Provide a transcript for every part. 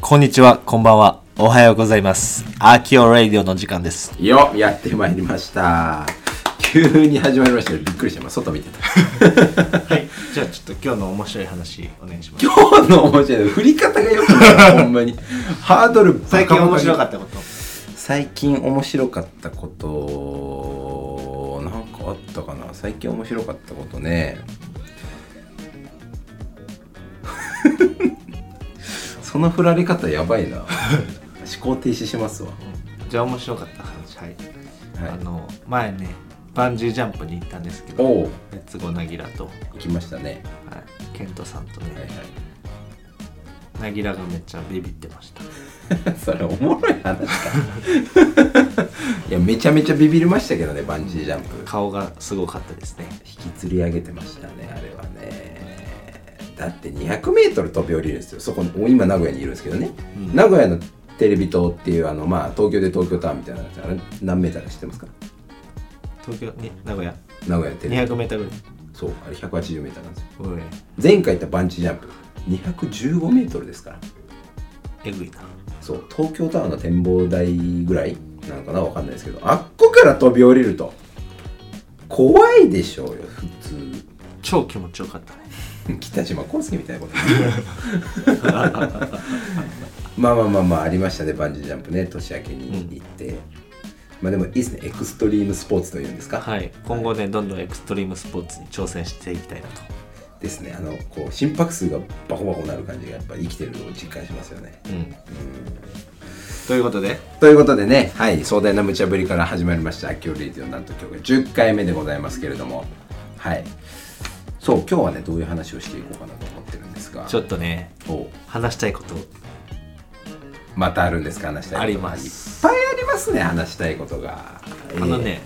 こんにちは、こんばんは、おはようございます。アキオラディオの時間です。よやってまいりました急に始まりましたよびっくりした今外見てたはい、じゃあちょっと今日の面白い話お願いします。今日の面白い振り方がよくないほんまにハードル最近面白かったったこと。最近面白かったことなんかあったかな最近面白かったことね その振られ方やばいな思考停止しますわじゃあ面白かった話、はい。はいあの、前ね、バンジージャンプに行ったんですけど、おおレッツゴなぎらと、は行きましたねい、ケントさんとはいね、はいなぎらがめっちゃビビってました。 それおもろい話かいやめちゃめちゃビビりましたけどねバンジージャンプ顔がすごかったですね。引きつり上げてましたねあれはねだって 200m 飛び降りるんですよそこ今名古屋にいるんですけどね、うん名古屋のテレビ塔っていうあのまあ東京で東京タワーみたいなやつあれ何メーターか知ってますか東京、に名古屋、名古屋のテレビ200メーターぐらい。そうあれ 180m なんですよおい、前回行ったバンジージャンプ 215m ですからえぐいな。そう東京タワーの展望台ぐらいなのかなわかんないですけどあっこから飛び降りると怖いでしょうよ普超気持ちよかったね。通 北島康介みたいなこと まあまあまあまあありましたねバンジージャンプね年明けに行って、まあでもいいですねエクストリームスポーツというんですか、はい、今後ね、どんどんエクストリームスポーツに挑戦していきたいなと。ですねあのこう心拍数がバコバコなる感じがやっぱ生きてるのを実感しますよねうん。ということで、ということでね、はい、壮大な無茶ぶりから始まりました、秋キレイディオなんと今日が10回目でございますけれども、はい。そう、今日はね、どういう話をしていこうかなと思ってるんですが、ちょっとね、お話したいことまたあるんですか、話したいことがありますいっぱいありますね、話したいことが。えーあの、ね、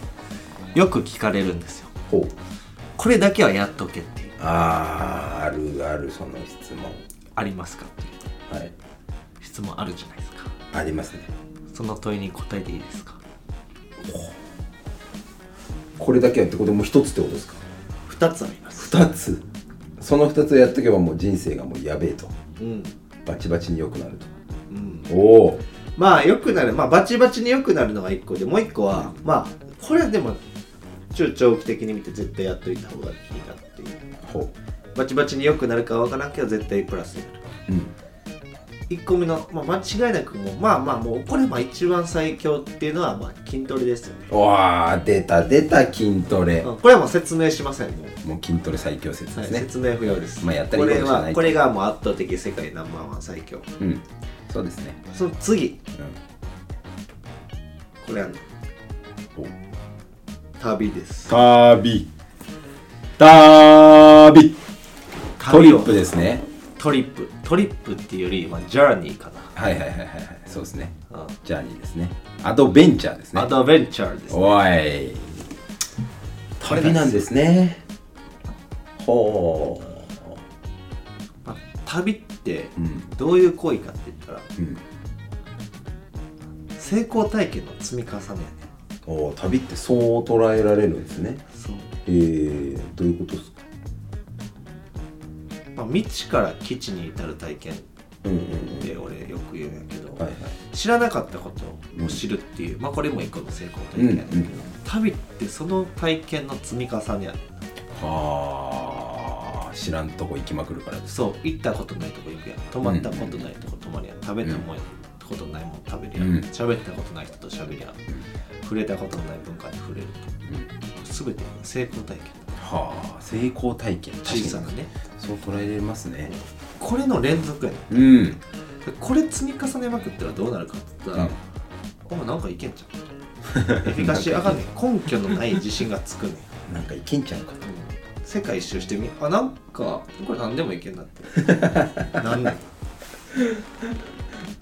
よく聞かれるんですよ。ほうこれだけはやっとけっていう、あー、あるある、その質問。ありますかっていうはい。質問あるじゃないですか。ありますね。その問いに答えていいですかこれだけはってこと、もう一つってことですか。 ?2 つあります。二つ。その二つをやっとけば、もう人生がもうやべえと。うん。バチバチに良くなるうん、と。おお。まあ、良くなる、まあ、バチバチに良くなるのが1個で、もう1個は、まあ、これはでも、中長期的に見て絶対やっといた方がいいなっていう。ほう。バチバチに良くなるかは分からんけど、絶対プラスになる。うん。 1個目の、まあ、間違いなくもうまあまあもうこれまあ一番最強っていうのはまあ筋トレですよね、わあ出た出た筋トレ、うん、これはもう説明しませんもう、もう筋トレ最強説ではいすね、説明不要です、まあやったりここれとじゃはないこれがもう圧倒的世界ナンバーワン最強うんそうですねその次これは、ね、うん旅です旅旅トリップ旅をですねトリップトリップっていうよりまあジャーニーかはいはいはいはいはいそうですねな、うんジャーニーですねアドベンチャーですねアドベンチャーですねおいこれ旅なんですねほまあ旅ってううんどういう行為かって言ったらうん成功体験の積み重ねやねおー旅ってそう捉えられるんですねそうえー、どういうことですかまあ、道から基地に至る体験っうんうんて俺よく言うんやけど、うんはいはい知らなかったことを知るっていう、まあこれも一個の成功体験やねんけど、うんうん旅ってその体験の積み重ねやねんはあ知らんとこ行きまくるからですそう行ったことないとこ行くやん泊まったことないとこ泊まりやん食べたもんやことないもん食べるやうんん喋、ったことない人と喋るやん、触れたことのない文化に触れると全て成功体験はあ成功体験小さなねそう捉えられますねこれの連続やねうんんこれ積み重ねまくったらどうなるかって言ったら、お前なんかいけんじ ゃんエフィカシー上がんねん根拠のない自信がつくねん、なんかいけんちゃうか世界一周してみあなんかこれ何でもいけんなって なんねん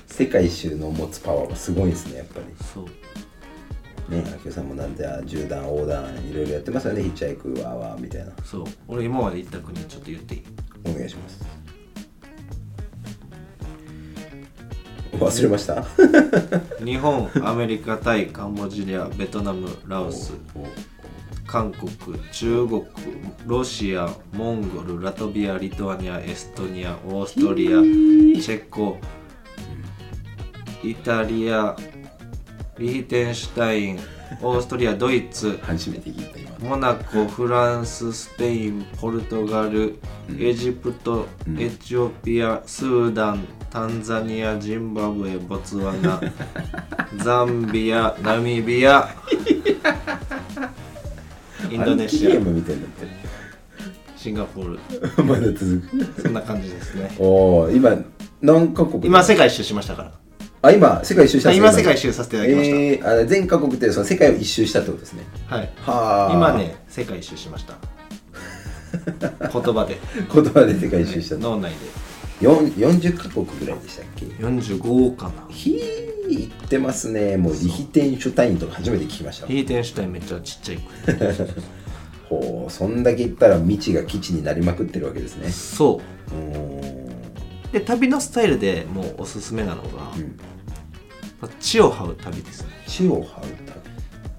世界一周の持つパワーはすごいですねやっぱそうりねあきおさんもなんであ縦断横断いろいろやってますよねヒッチハイクワーワーみたいなそう俺今まで行った国ちょっと言っていいお願いします忘れました日本アメリカタイカンボジアベトナムラオス韓国中国ロシアモンゴルラトビアリトアニアエストニアオーストリアチェコイタリアリーテンシュタインオーストリアドイツ初めて聞いた今モナコフランススペインポルトガルエジプト、エチオピアスーダンタンザニアジンバブエボツワ ナザンビアナミビアインドネシあアれ CM 見てんだっシンガポールて まだ続くそんな感じです ねおお今何カ国今世界一周しましたからあ今世界一周したんですか今世界一周させていただきました、えー、あ全各国ってその世界を一周したってことですねはいはあ今ね世界一周しました 言葉で言葉で世界一周したの脳内よん40カ国ぐらいでしたっけで45かなひーいってますねもうリヒテンシュタインとか初めて聞きましたヒーテンシュタインめっちゃちっちゃい国ほうそんだけ行ったら未知が基地になりまくってるわけですねそうーんうで旅のスタイルでもうおすすめなのが、うん地を這う旅ですね地を這う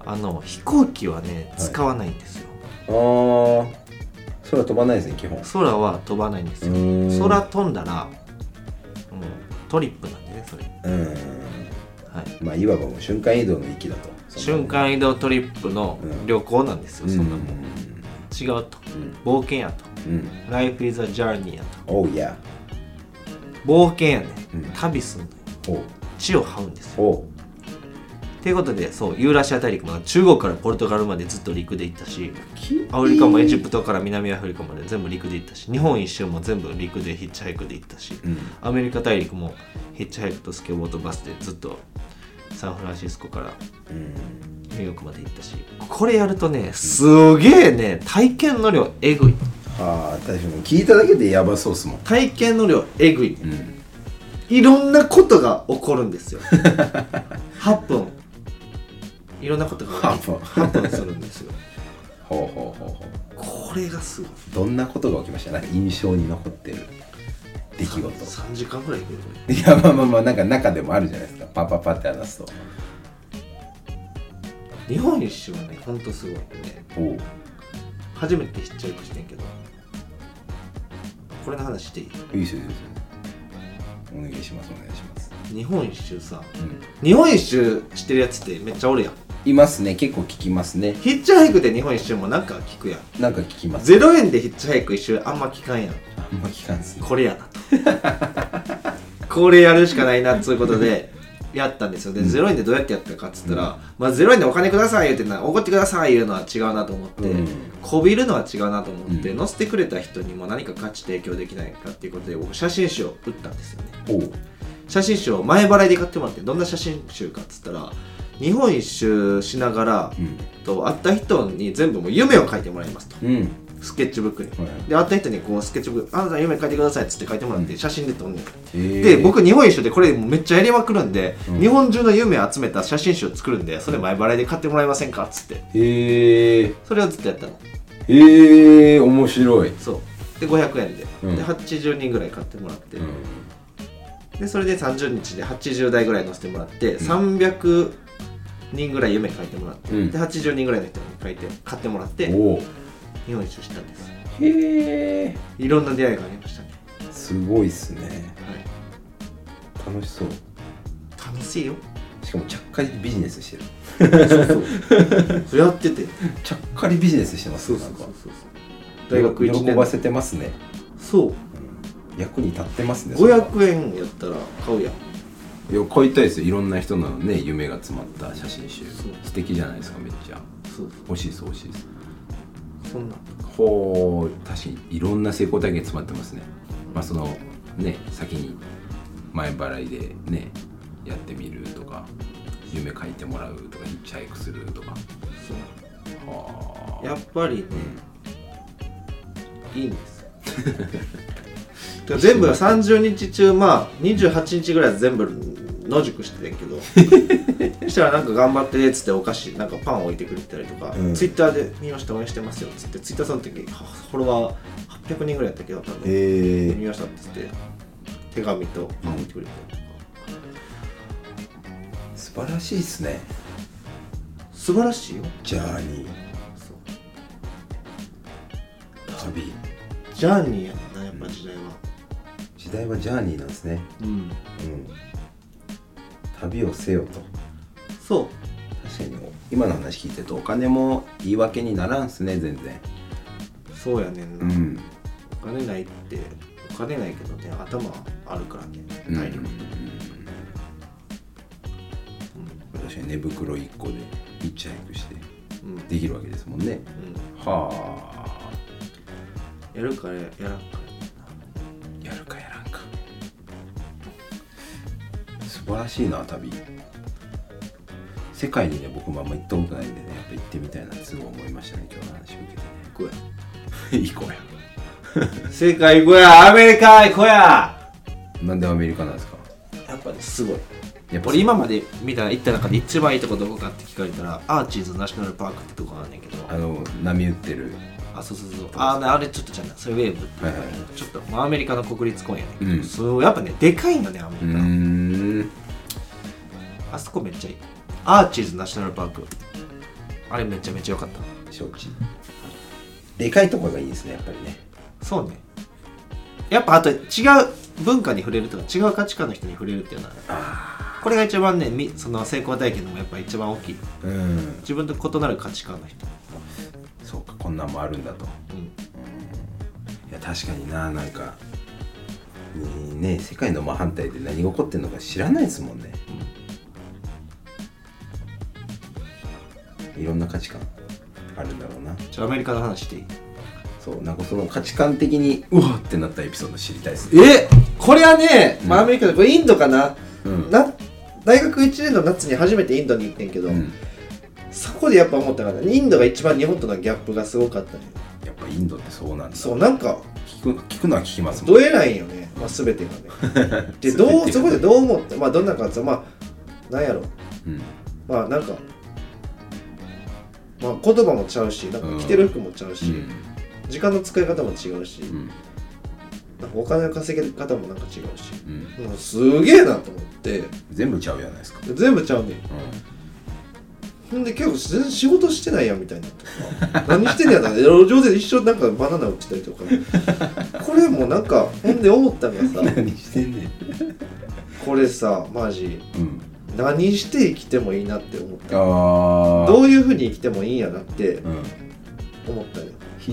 あの飛行機はね使わないんですよ、旅ああ空飛ばないですね基本空は飛ばないんですよ、うーん空飛んだらもうトリップなんでねそれ、うーんはい、まあいわばもう瞬間移動の域だと瞬間移動トリップの旅行なんですよ、そそんんななももんん違うと、冒険やとうんうん Life is a journey やとおうや冒険やね、うん旅すんのよおう地を這うんですよおうということでそうユーラシア大陸も中国からポルトガルまでずっと陸で行ったしきアフリカもエジプトから南アフリカまで全部陸で行ったし日本一周も全部陸でヒッチハイクで行ったし、うんアメリカ大陸もヒッチハイクとスケボーとバスでずっとサンフランシスコからうんニューヨークまで行ったしこれやるとねすげえね体験の量えぐいああ確かに聞いただけでやばそうっすもん体験の量えぐいうんいろんなことが起こるん ですよ8分いろんなことがハーフ8分するんですよほうほうほうほうこれがすごいどんなことが起きましたなんか印象に残ってる出来事3時間ぐらいいくよこれいやまあまあまあなんか中でもあるじゃないですかパパパって話すと日本一周はねほんとすごいねおう初めてヒッチハイクしてんけどこれの話していいいいですよいいですよお願いしますお願いします、日本一周さうん、日本一周してるやつってめっちゃおるやんいますね結構聞きますねヒッチハイクで日本一周もなんか聞くやんなんか聞きます0円でヒッチハイク一周あんま聞かんやんあんま聞かんっすねこれやなと これやるしかないなっつうことでやったんですよで0円でどうやってやったかっつったら、まあ、0円でお金ください言うてなおごってください言うのは違うなと思って、うんこびるのは違うなと思って、うん載せてくれた人にも何か価値提供できないかっていうことで僕写真集を売ったんですよねおう写真集を前払いで買ってもらってどんな写真集かっつったら日本一周しながら、うんと会った人に全部もう夢を書いてもらいますとうんスケッチブックにはいで会った人にこうスケッチブック「あなた夢書いてください」っつって書いてもらって写真で撮んねん、えーで僕日本一周でこれめっちゃやりまくるんで、うん日本中の夢集めた写真集を作るんでそれ前払いで買ってもらえませんかっつってへえそれをずっとやったのへえ面白いそうで500円で,、うんで80人ぐらい買ってもらって、うんでそれで30日で80台ぐらい載せてもらって、300人ぐらい夢書いてもらって、うんで80人ぐらいの人に書いて買ってもらっておう日本一周したんですへえいろんな出会いがありましたね、すごいっすねはい、楽しそう楽しいよしかもちゃっかりビジネスしてるそうそうそうやっててちゃっかりビジネスしてますそうねそなうんそかうそう大学1喜年ばのせてますねそう役に立ってますねそれは500円やったら買うやんいや買いたいですよいろんな人のね夢が詰まった写真集そう素敵じゃないですかめっちゃそう欲しいです欲しいですそうそんなほう確かにいろんな成功体験詰まってますねまあそのね先に前払いでねやってみるとか夢書いてもらうとかヒッチハイクするとかそうはやっぱりねいいんですよだ から全部30日中まあ28日ぐらいは全部野宿してんけど そしたらなんか頑張ってっつってお菓子なんかパン置いてくれたりとか、うんツイッターで見ました応援してますよっつってツイッターその時フォロワー800人ぐらいやったけど多分、え見ましたっつって手紙とパン置いてくれたりとか、素晴らしいですね素晴らしいよジャーニーそう旅ジャーニーやんなやっぱ時代は時代はジャーニーなんですねうんうん旅をせよとそ確かに今の話聞いてるとお金も言い訳にならんっすね全然そうやねんな、んお金ないってお金ないけどね頭あるからねうん体力、確かに寝袋1個でヒッチハイクしてうんうんできるわけですもんねはあやるかやらんかやるかやらんか素晴らしいな旅世界にね僕もあんま行ったことないんでねやっぱ行ってみたいなってすごい思いましたね今日の話を受けてね行こう行 こうやや世界行こうやアメリカ行こうやなんでアメリカなんですかやっぱりすごいやっぱ俺今まで見た行った中で一番いいとこどこかって聞かれたらアーチーズナショナルパークってとこなんねんけどあの波打ってるあそうそうそうあーなあれちょっとじゃないそれウェーブっていうかはいはいはちょっと、まあ、アメリカの国立公園やねんけど、うんそうやっぱねでかいのねアメうリカ、ーんあそこめっちゃいいアーチーズナショナルパークあれめちゃめちゃ良かった承知でかいとこがいいですねやっぱりねそうねやっぱあと違う文化に触れるとか違う価値観の人に触れるっていうのはこれが一番ねみその成功体験でもやっぱ一番大きいうん自分と異なる価値観の人、そうかこんなんもあるんだとうん、いや確かにななんかねね世界の真反対で何が起こってんのか知らないですもんね、いろんな価値観あるんだろうなじゃあアメリカの話していいそうなんかその価値観的にうわってなったエピソード知りたいですねえこれはね、まあアメリカでこれインドかな,、うんな大学1年の夏に初めてインドに行ってんけどうんそこでやっぱ思ったからインドが一番日本とのギャップがすごかったねやっぱインドってそうなんだそうなんか聞く聞くのは聞きますもんどえらいんよね、まあ、全て が ねでどうそこでどう思ってまあどんな感じまあなんやろうんまあなんかまあ言葉もちゃうしなんか着てる服もちゃうし、時間の使い方も違うし、うんなんかお金の稼ぎ方もなんか違うしうんもうすげえなと思って全部ちゃうじゃないですか、全部ちゃうねんうほんで結構全然仕事してないやんみたいなとか何してんねやな路上で一緒になんかバナナ売ってたりとかこれもなんかほんで思ったのがん、さ 何してんねん、これさマジうん、何して生きてもいいなって思ったああどういうふうに生きてもいいんやなってうん思ったよひ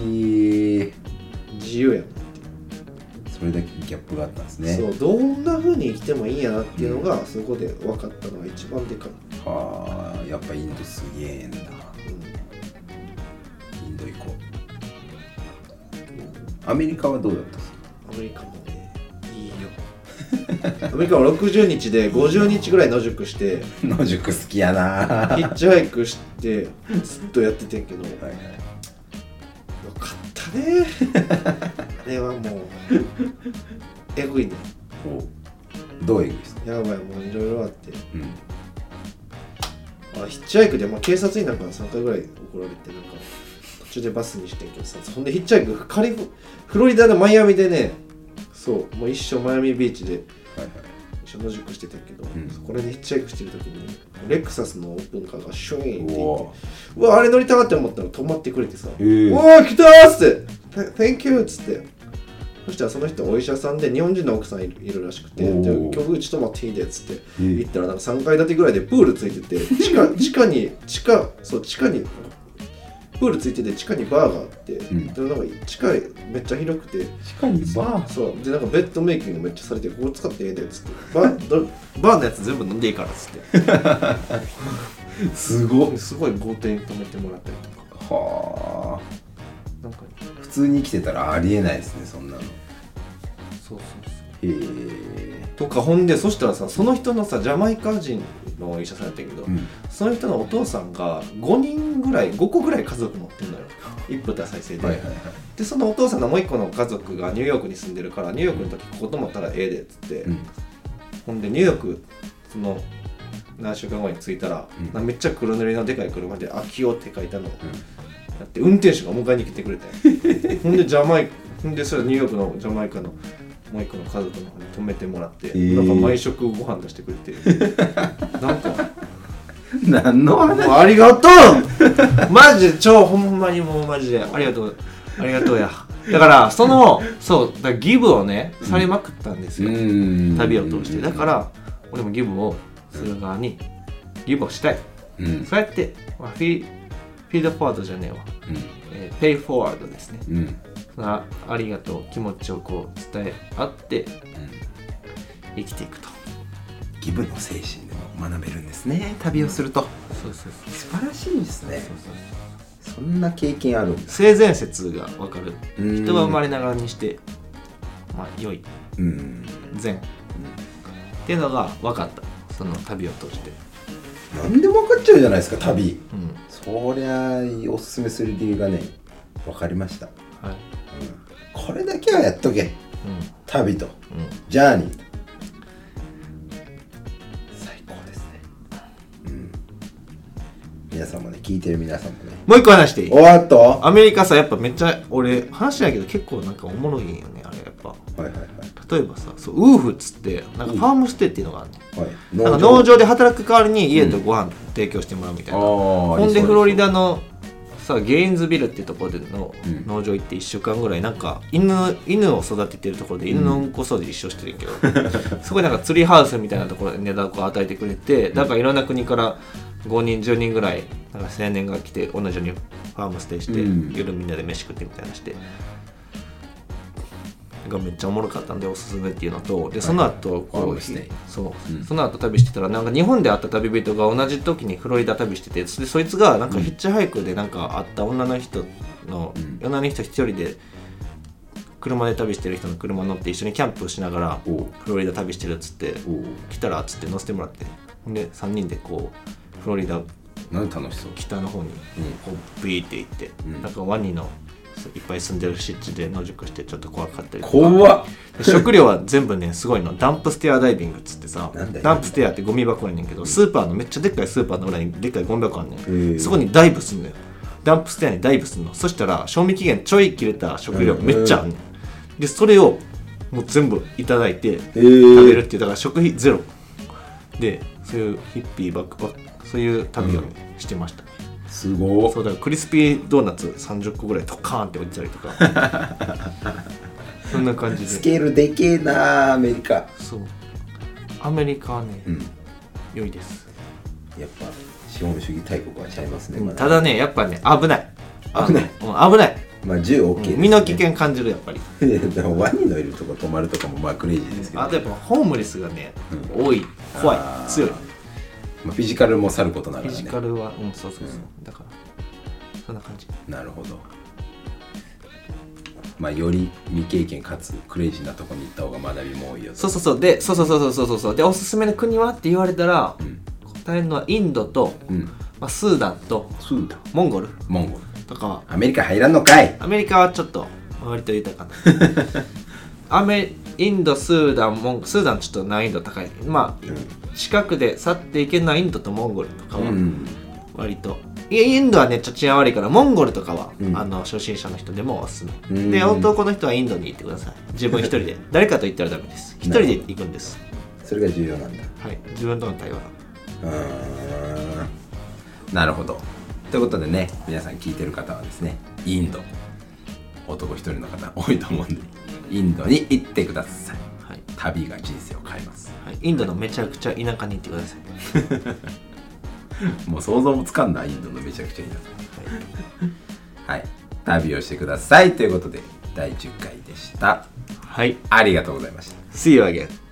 え自由やなそれだけギャップがあったんですねそうどんな風に生きてもいいんやなっていうのが、そこで分かったのが一番でかい、はあやっぱインドすげえんだインド行こうアメリカはどうだったっすかアメリカもねいいよアメリカも60日で50日ぐらい野宿して野宿好きやなヒッチハイクしてずっとやっててんけどよはいはいかったねあれはもうえぐいねおどういう意味ですかやばいもういろいろあってうんあヒッチハイクで、まあ、警察になんか3回ぐらい怒られてなんか途中でバスにしてんけどさほんでヒッチハイクカリフフロリダのマイアミでねそうもう一生マイアミビーチではいはい一緒野宿してたけど、んそこらでヒッチハイクしてる時にレクサスのオープンカーがシュイーンってう行わってうわあれ乗りたなって思ったら止まってくれてさ「えーおー来たー!」っつって「Thank you」っつってそしたらその人お医者さんで日本人の奥さんいるいるらしくて「おーじゃあ曲打ち泊まっていいで」っつってえー行ったらなんか3階建てぐらいでプールついて て地下地下に地下そう地下にプールついてて地下にバーがあって、んでなんか地下めっちゃ広くて地下にバーそうでなんかベッドメイキングめっちゃされてここ使ってええでっつっ てバーどバーのやつ全部飲んでいいからっつってすご っすごい豪邸に泊めてもらったりとかはあなんか普通に生きてたらありえないですねそんなのへそうそうそうえとかほんでそしたらさその人のさジャマイカ人のお医者さんやったけど、うんその人のお父さんが5人ぐらい5個ぐらい家族持ってんのよ一夫多妻制で、はいはいはいでそのお父さんのもう一個の家族がニューヨークに住んでるからニューヨークの時ここ泊まったらええでっつって、うんほんでニューヨークその何週間後に着いたら、うんなめっちゃ黒塗りのでかい車で「秋夫」って書いたのをやって運転手がお迎えに来てくれたん よほんでジャマイほんでそれニューヨークのジャマイカのもう一個の家族の方に泊めてもらって、ーなんか毎食ご飯出してくれて なんか何の話もうありがとうマジで超ほんまにもうマジでありがとうありがとうやだからそのそうだからギブをねされまくったんですよ、ん旅を通してだから俺もギブをする側にギブをしたい、うんうんそうやって、まあ、フィフィードフォワードじゃねえわ、えーペイフォワードですねうんうんあありがとう気持ちをこう伝え合って生きていくとギブの精神でも学べるんですね旅をするとそうそうそう素晴らしいですねそうそうそんな経験あるんです性善説が分かるうん人は生まれながらにしてまあ良いうん善っていうのが分かったその旅を通して何でも分かっちゃうじゃないですか旅うんそりゃおすすめする理由がね分かりました、はいこれだけはやっとけ旅とうんうんジャーニー最高ですねうん皆さんもね聞いてる皆さんもねもう一個話していいおわっとはアメリカさやっぱめっちゃ俺話しないけど結構なんかおもろいんよねあれやっぱいはいはい例えばさそうウーフっつってなんかファームステイっていうのがあるね、はいなんか農場で働く代わりに家とご飯提供してもらうみたいな、ほほんでフロリダのさゲインズビルっていうところでのうん農場行って1週間ぐらいなんか犬犬を育ててるところで犬のうんこ掃除一緒してるけど、 すごいなんかツリーハウスみたいなところで値段を与えてくれてなんかいろんな国から5人10人ぐらいなんか青年が来て同じようにファームステイして、うん夜みんなで飯食ってみたいなして。がめっちゃおもろかったんでおすすめっていうのとでその後こファーう、ムステイそう、うんその後旅してたらなんか日本で会った旅人が同じ時にフロリダ旅しててでそいつがなんかヒッチハイクでなんか会った女の人の、うん女の人一人で車で旅してる人の車乗って一緒にキャンプをしながらおうフロリダ旅してるっつっておう来たらっつって乗せてもらってほんで3人でこうフロリダなんか楽しそう北の方にこうビーって行って、うんなんかワニのいっぱい住んでる湿地で野宿してちょっと怖かったりとか怖っで食料は全部ねすごいのダンプステアダイビングっつってさなんだよダンプステアってゴミ箱やねんけどスーパーのめっちゃでっかいスーパーの裏にでっかいゴミ箱あんねへえんそこにダイブすんのよダンプステアにダイブすんのそしたら賞味期限ちょい切れた食料めっちゃあんねんでそれをもう全部いただいてえ食べるっー、ていうだから食費ゼロでそういうヒッピーバックパックそういう旅をねしてましたねすごっそうだからクリスピードーナツ30個ぐらいドカーンって置いてたりとか そんな感じでスケールでけえなあアメリカそうアメリカはね、うん良いです、やっぱ資本主義大国はちゃいますね、まただねやっぱね危ない危ないうん危ない、まあ銃 OK です、ね、身の危険感じるやっぱりでも ワニのいるとこ泊まるとかもまあクレイジーですけど、あとやっぱホームレスがね、う多い怖いあー強いまあ、フィジカルもさることなフがィらねジカルはうんそうそうそう、だからそんな感じなるほどまあより未経験かつクレイジーなとこに行った方が学びも多いよとそうそうそうでそうそうそうそうそうそうでおすすめの国はって言われたら、うん答えるのはインドと、うんまあ、スーダンとそうだモンゴルモンゴルとかアメリカ入らんのかいアメリカはちょっと割と豊かな アメインドスーダンモンスーダンちょっと難易度高いまあ、近くで去っていけるのはインドとモンゴルとかうはん割と、いやインドはねちょっと治安悪いからモンゴルとかは、うんあの初心者の人でもおすすうめ、んで男の人はインドに行ってください自分一人 で誰かと行ったらダメです一人で行くんですそれが重要なんだはい自分との対話うーんなるほどということでね皆さん聞いてる方はですねインド男一人の方多いと思うんでインドに行ってくださいはい、旅が人生を変えますはい、インドのめちゃくちゃ田舎に行ってください、もう想像もつかんないインドのめちゃくちゃいいなはい旅をしてくださいということで第10回でしたはい、ありがとうございました See you again